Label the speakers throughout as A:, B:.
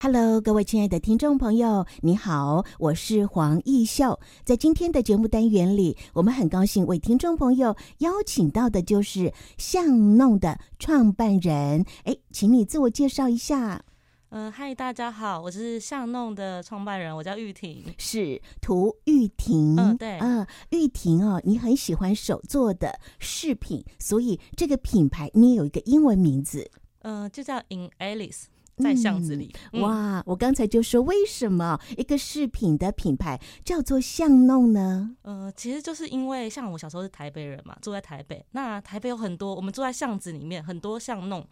A: Hello，各位亲爱的听众朋友，你好，我是黄艺秀。在今天的节目单元里，我们很高兴为听众朋友邀请到的就是巷弄的创办人。哎，请你自我介绍一下。
B: 呃，嗨，大家好，我是巷弄的创办人，我叫玉婷。
A: 是涂玉婷，
B: 嗯对
A: 呃，玉婷哦，你很喜欢手做的饰品，所以这个品牌你也有一个英文名字。
B: 呃，就叫 In Alice，在巷子里。嗯、
A: 哇，我刚才就说为什么一个饰品的品牌叫做巷弄呢？
B: 呃，其实就是因为像我小时候是台北人嘛，住在台北，那台北有很多，我们住在巷子里面，很多巷弄。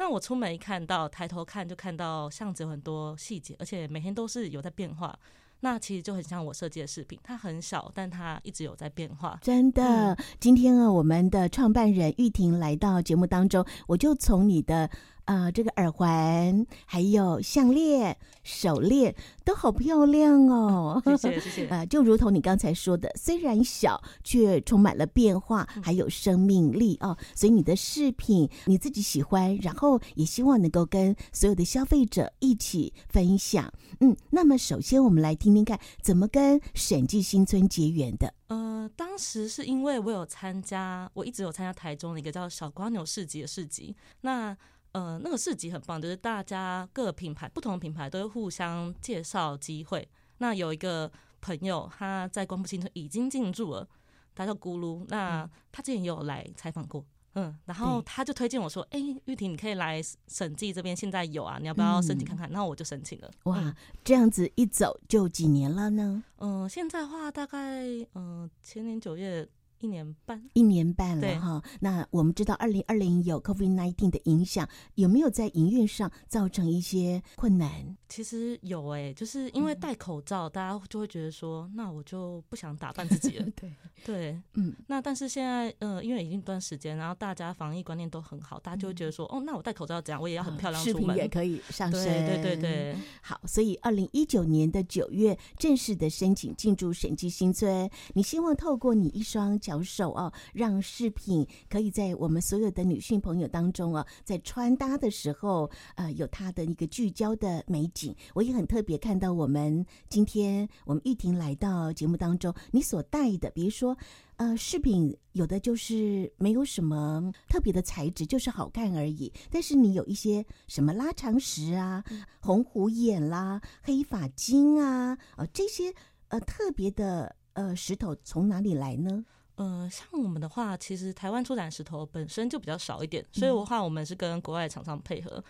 B: 那我出门一看到，抬头看就看到巷子有很多细节，而且每天都是有在变化。那其实就很像我设计的饰品，它很小，但它一直有在变化。
A: 真的，今天啊，我们的创办人玉婷来到节目当中，我就从你的呃这个耳环，还有项链、手链都好漂亮哦。
B: 谢谢，谢谢。
A: 呃，就如同你刚才说的，虽然小，却充满了变化，
B: 嗯
A: 还有生命力哦。所以你的饰品你自己喜欢，然后也希望能够跟所有的消费者一起分享。嗯，那么首先我们来听听看，怎么跟审计新村结缘的？
B: 呃，当时是因为我有参加，我一直有参加台中的一个叫小瓜牛市集的市集。那呃，那个市集很棒，就是大家各品牌、不同品牌都会互相介绍机会。那有一个朋友他在光复新村已经进驻了，他叫咕噜。那他之前也有来采访过，嗯，然后
A: 嗯对
B: 他就推荐我说：“哎、玉婷，你可以来审计这边，现在有啊，你要不要申请看看？”那、我就申请了。嗯
A: 嗯哇，这样子一走就几年了呢？
B: 嗯、现在的话大概嗯、呃前年九月一年半，
A: 一年半
B: 对
A: 了哈。那我们知道，二零二零有 COVID nineteen 的影响，有没有在营运上造成一些困难？
B: 其实有哎、就是因为
A: 嗯
B: 戴口罩，大家就会觉得说，那我就不想打扮自 己了。
A: 对，
B: 呃对，
A: 嗯，
B: 那但是现在呃，因为已经一段时间，然后大家防疫观念都很好，大家就会觉
A: 嗯
B: 得说，哦，那我戴口罩怎样，我也要很漂亮
A: 饰
B: 出
A: 品
B: 门。
A: 啊也可以上身。
B: 对对对。对，
A: 好，所以二零一九年的九月正式的申请进驻审计新村，你希望透过你一双巧手哦，让饰品可以在我们所有的女性朋友当中哦，在穿搭的时候，呃，有它的一个聚焦的美景。我也很特别看到我们今天我们玉婷来到节目当中，你所带的，比如说。呃，饰品有的就是没有什么特别的材质，就是好看而已。但是你有一些什么拉长石啊、红虎眼啦、黑发晶啊，呃，这些呃特别的呃石头从哪里来呢？
B: 呃，像我们的话，其实台湾出产石头本身就比较少一点，
A: 嗯
B: 所以的话，我们是跟国外的厂商配合。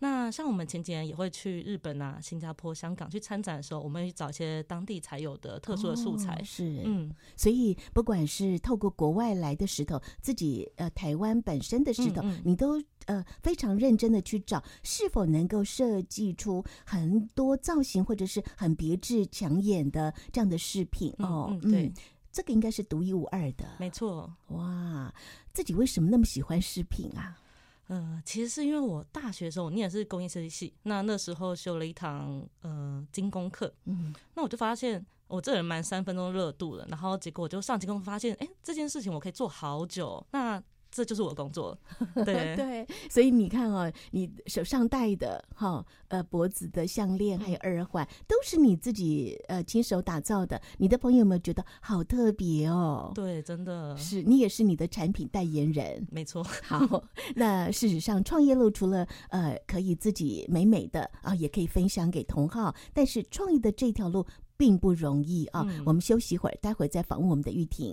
B: 那像我们前几年也会去日本啊、新加坡、香港去参展的时候，我们会找一些当地才有的特殊的素材
A: 哦。是，
B: 嗯，
A: 所以不管是透过国外来的石头，自己呃台湾本身的石头，
B: 嗯嗯
A: 你都呃非常认真的去找，是否能够设计出很多造型或者是很别致抢眼的这样的饰品
B: 嗯
A: 哦。
B: 嗯对
A: 这个应该是独一无二的。
B: 没错。
A: 哇，自己为什么那么喜欢饰品啊？
B: 呃，其实是因为我大学的时候，我念的是工业设计系，那那时候修了一堂呃精工课，
A: 嗯，
B: 那我就发现我这人蛮三分钟热度的，然后结果我就上精工课发现，哎、这件事情我可以做好久，那这就是我的工作， 对
A: 对，所以你看哦，你手上戴的哈、呃，脖子的项链还有耳环，都是你自己呃亲手打造的。你的朋友有没有觉得好特别哦？
B: 对，真的
A: 是你也是你的产品代言人。
B: 没错，
A: 好，那事实上，创业路除了呃可以自己美美的啊，也可以分享给同好，但是创业的这条路并不容易啊。
B: 嗯
A: 我们休息一会儿，待会儿再访问我们的玉婷。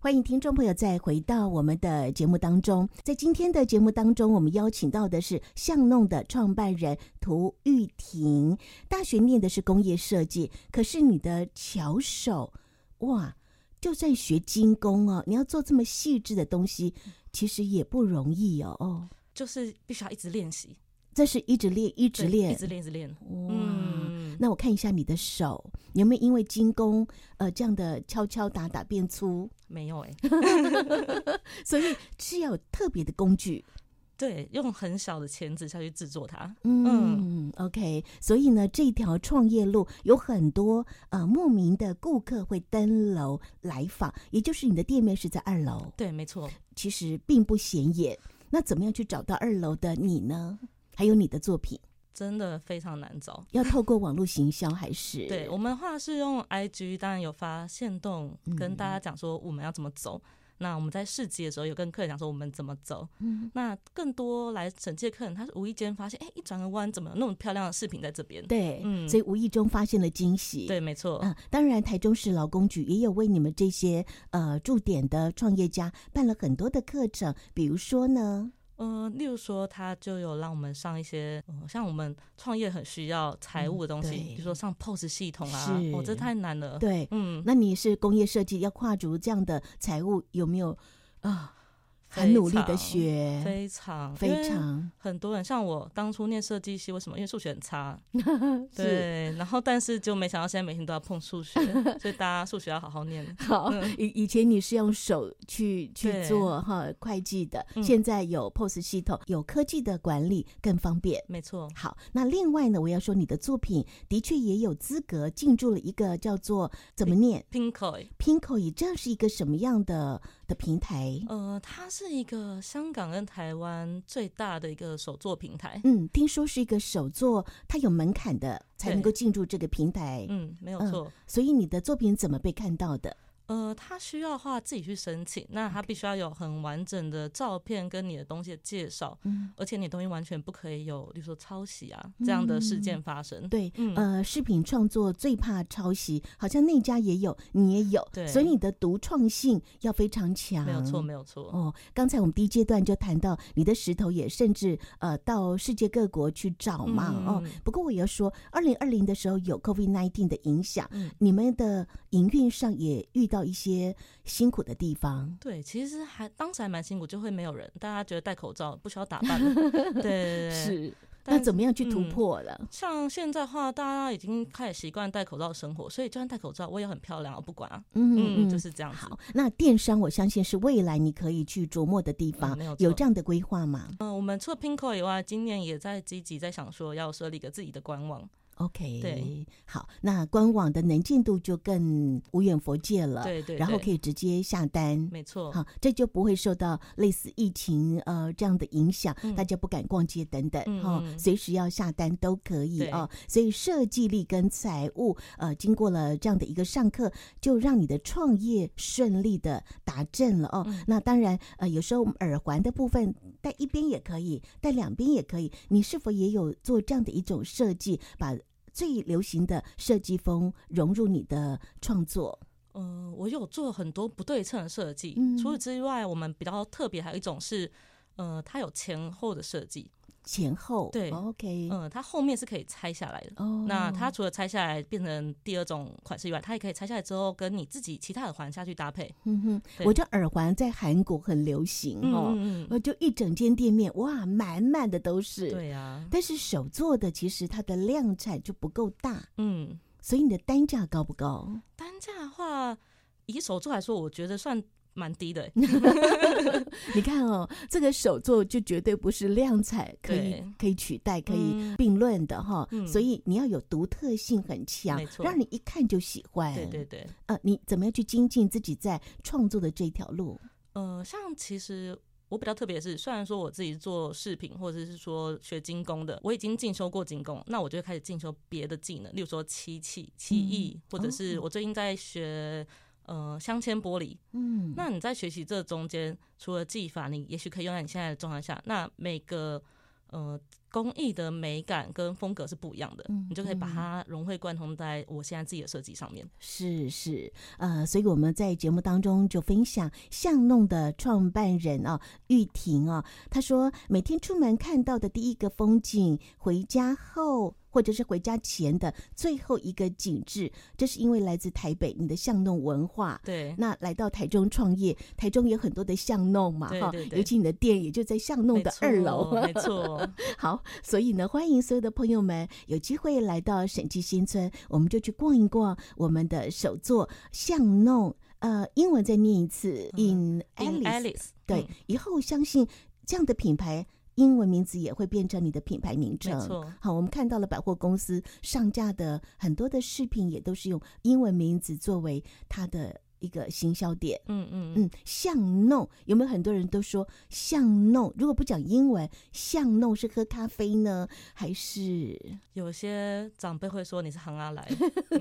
A: 欢迎听众朋友再回到我们的节目当中。在今天的节目当中，我们邀请到的是巷弄的创办人涂玉婷。大学念的是工业设计，可是你的巧手，哇，就算学精工哦，你要做这么细致的东西，其实也不容易哦。哦，
B: 就是必须要一直练习，
A: 这是一直练，一直
B: 对
A: 练，
B: 一直练，一直练，
A: 哇。
B: 嗯，
A: 那我看一下你的手，有没有因为精工呃这样的敲敲打打变粗？
B: 没有哎、
A: 所以是要有特别的工具。
B: 对，用很小的钳子下去制作它。
A: 嗯，OK，所以呢，这条创业路有很多呃慕名的顾客会登楼来访，也就是你的店面是在二楼，
B: 对，没错。
A: 其实并不显眼。那怎么样去找到二楼的你呢？还有你的作品，
B: 真的非常难找。
A: 要透过网络行销还是？
B: 对我们的话是用 IG，当然有发现动
A: 嗯
B: 跟大家讲说我们要怎么走。那我们在市集的时候有跟客人讲说我们怎么走。
A: 嗯
B: 那更多来审计的客人，他是无意间发现，哎、一转个弯怎么有那么漂亮的饰品在这边？
A: 对，
B: 嗯
A: 所以无意中发现了惊喜。
B: 对，没错。
A: 啊，当然，台中市劳工局也有为你们这些呃驻点的创业家办了很多的课程，比如说呢，
B: 呃，例如说，他就有让我们上一些，呃、像我们创业很需要财务的东西，
A: 嗯对
B: 比如说上 POS 系统啊，
A: 是
B: 哦，这太难了。，
A: 对，
B: 嗯，
A: 那你是工业设计，要跨足这样的财务，有没有啊？
B: 非
A: 很努力的
B: 常
A: 学，
B: 非常
A: 非。常
B: 很多人像我当初念设计系，为什么？因为数学很差，
A: 是
B: 对。然后，但是就没想到现在每天都要碰 数学，所以大家数学要好好念。
A: 好。
B: 嗯
A: 以以前你是用手去去
B: 对
A: 做哈会计的，
B: 嗯
A: 现在有 POS 系统，有科技的管理更方便。
B: 没错，
A: 好，那另外呢，我要说你的作品的确也有资格进驻了一个叫做怎么念
B: Pinkoi，
A: Pinko，以这是一个什么样的的平台？
B: 呃，它是一个香港跟台湾最大的一个手作平台。
A: 嗯，听说是一个手作，它有门槛的才能够进驻这个平台，
B: 嗯，没有
A: 嗯
B: 错。
A: 所以你的作品怎么被看到的？
B: 呃，他需要的话自己去申请，那他必须要有很完整的照片跟你的东西的介绍，
A: 嗯
B: 而且你的东西完全不可以有，比如说抄袭啊这样的事件发生。
A: 对，
B: 嗯
A: 呃，饰品创作最怕抄袭，好像那家也有，你也有，
B: 对
A: 所以你的独创性要非常强，
B: 没有错，没有错。
A: 哦，刚才我们第一阶段就谈到你的石头也甚至呃到世界各国去找嘛、哦
B: 嗯。
A: 不过我要说，二零二零的时候有 COVID nineteen 的影响，
B: 嗯
A: 你们的营运上也遇到一些辛苦的地方。
B: 对，其实还当时还蛮辛苦，就会没有人，大家觉得戴口罩不需要打扮了 对对对，对。
A: 是，那
B: 但
A: 怎么样去突
B: 嗯
A: 破了？
B: 像现在的话，大家已经开始习惯戴口罩生活，所以就算戴口罩，我也很漂亮，我不管啊。
A: 嗯
B: 嗯，就是这样子。
A: 好，那电商我相信是未来你可以去琢磨的地方，
B: 嗯没有
A: 有
B: 错
A: 这样的规划吗
B: 嗯、我们除了 Pinko 以外，今年也在积极在想说要设立一个自己的官网。
A: ？OK，
B: 对，
A: 好，那官网的能见度就更无远佛界了，
B: 对对
A: 呃然后
B: 对
A: 可以直接下单，
B: 没错，
A: 好，这就不会受到类似疫情呃这样的影响，
B: 嗯
A: 大家不敢逛街等等
B: 嗯
A: 哦，
B: 嗯
A: 随时要下单都可以
B: 对
A: 哦。所以设计力跟财务呃，经过了这样的一个上课，就让你的创业顺利的达阵了哦。
B: 嗯
A: 那当然呃，有时候耳环的部分戴一边也可以，戴两边也可以。你是否也有做这样的一种设计，把最流行的设计风融入你的创作？
B: 呃，我有做很多不对称的设计。
A: 嗯
B: 除此之外，我们比较特别还有一种是，呃，它有前后的设计，
A: 前后
B: 对
A: ，OK，
B: 嗯、它后面是可以拆下来的。
A: 哦，
B: 那它除了拆下来变成第二种款式以外，它也可以拆下来之后跟你自己其他耳环下去搭配。
A: 嗯哼，
B: 对
A: 我这耳环在韩国很流行哦，
B: 嗯嗯嗯，
A: 我就一整间店面哇，满满的都是。，
B: 对啊呀、
A: 但是手做的其实它的量产就不够大，
B: 嗯，
A: 所以你的单价高不高？
B: 单价的话，以手作来说，我觉得算蛮低的欸、
A: 你看哦，这个手做就绝对不是量产可以
B: 对
A: 可以取代、可以
B: 嗯
A: 并论的哈、
B: 嗯
A: 所以你要有独特性很强
B: 没，错
A: 让你一看就喜欢。
B: 对对对。
A: 呃，你怎么样去精进自己在创作的这条路？
B: 呃，像其实我比较特别的是，虽然说我自己做饰品或者是说学精工的，我已经进修过精工，那我就会开始进修别的技能，例如说漆器、漆艺，
A: 嗯
B: 或者是我最近在学。呃，镶嵌玻璃。
A: 嗯，
B: 那你在学习这中间，除了技法，你也许可以用在你现在的状态下。那每个呃工艺的美感跟风格是不一样的，
A: 嗯
B: 你就可以把
A: 嗯
B: 它融会贯通在我现在自己的设计上面。
A: 是是，呃，所以我们在节目当中就分享巷弄的创办人啊，玉婷啊，她说每天出门看到的第一个风景，回家后。或者是回家前的最后一个景致。这是因为来自台北，你的巷弄文化。
B: 对，
A: 那来到台中创业，台中有很多的巷弄嘛，
B: 对
A: 哈
B: 对，对
A: 尤其你的店也就在巷弄
B: 没
A: 的二楼，
B: 错没 错，
A: 好，所以呢，欢迎所有的朋友们有机会来到审计新村，我们就去逛一逛我们的首座巷弄。呃，英文再念一次、
B: 嗯
A: i n
B: In
A: Alice，
B: Alice，
A: 对，
B: 嗯
A: 以后相信这样的品牌。英文名字也会变成你的品牌名
B: 没
A: 称。
B: 错，
A: 好，我们看到了百货公司上架的很多的饰品，也都是用英文名字作为它的一个行销点。
B: 嗯嗯嗯，
A: 嗯，巷弄有没有很多人都说巷弄？如果不讲英文，巷弄是喝咖啡呢，还是
B: 有些长辈会说你是行阿来，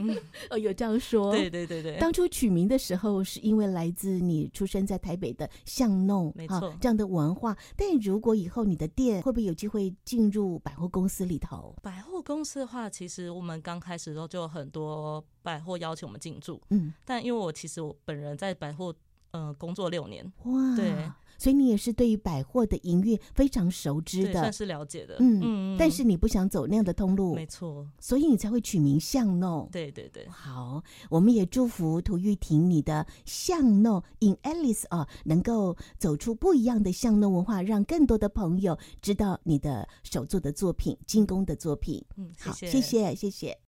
A: 哦有这样说？
B: 对对对对，
A: 当初取名的时候，是因为来自你出生在台北的巷弄，
B: 没
A: 啊
B: 错
A: 这样的文化。但如果以后你的店会不会有机会进入百货公司里头？
B: 百货公司的话，其实我们刚开始的时候就有很多百货邀请我们进驻，
A: 嗯，
B: 但因为我其实我本人在百货呃工作六年，
A: 哇，
B: 对，
A: 所以你也是对于百货的营运非常熟知
B: 对，算
A: 的，
B: 是了解的，
A: 嗯
B: 嗯
A: 但是你不想走那样的通路
B: 没，错，
A: 所以你才会取名巷弄。
B: 对对对，
A: 好，我们也祝福涂玉婷你的巷弄 in Alice 啊，能够走出不一样的巷弄文化，让更多的朋友知道你的手作的作品、精工的作品。
B: 嗯，
A: 好，
B: 谢
A: 谢谢，谢谢。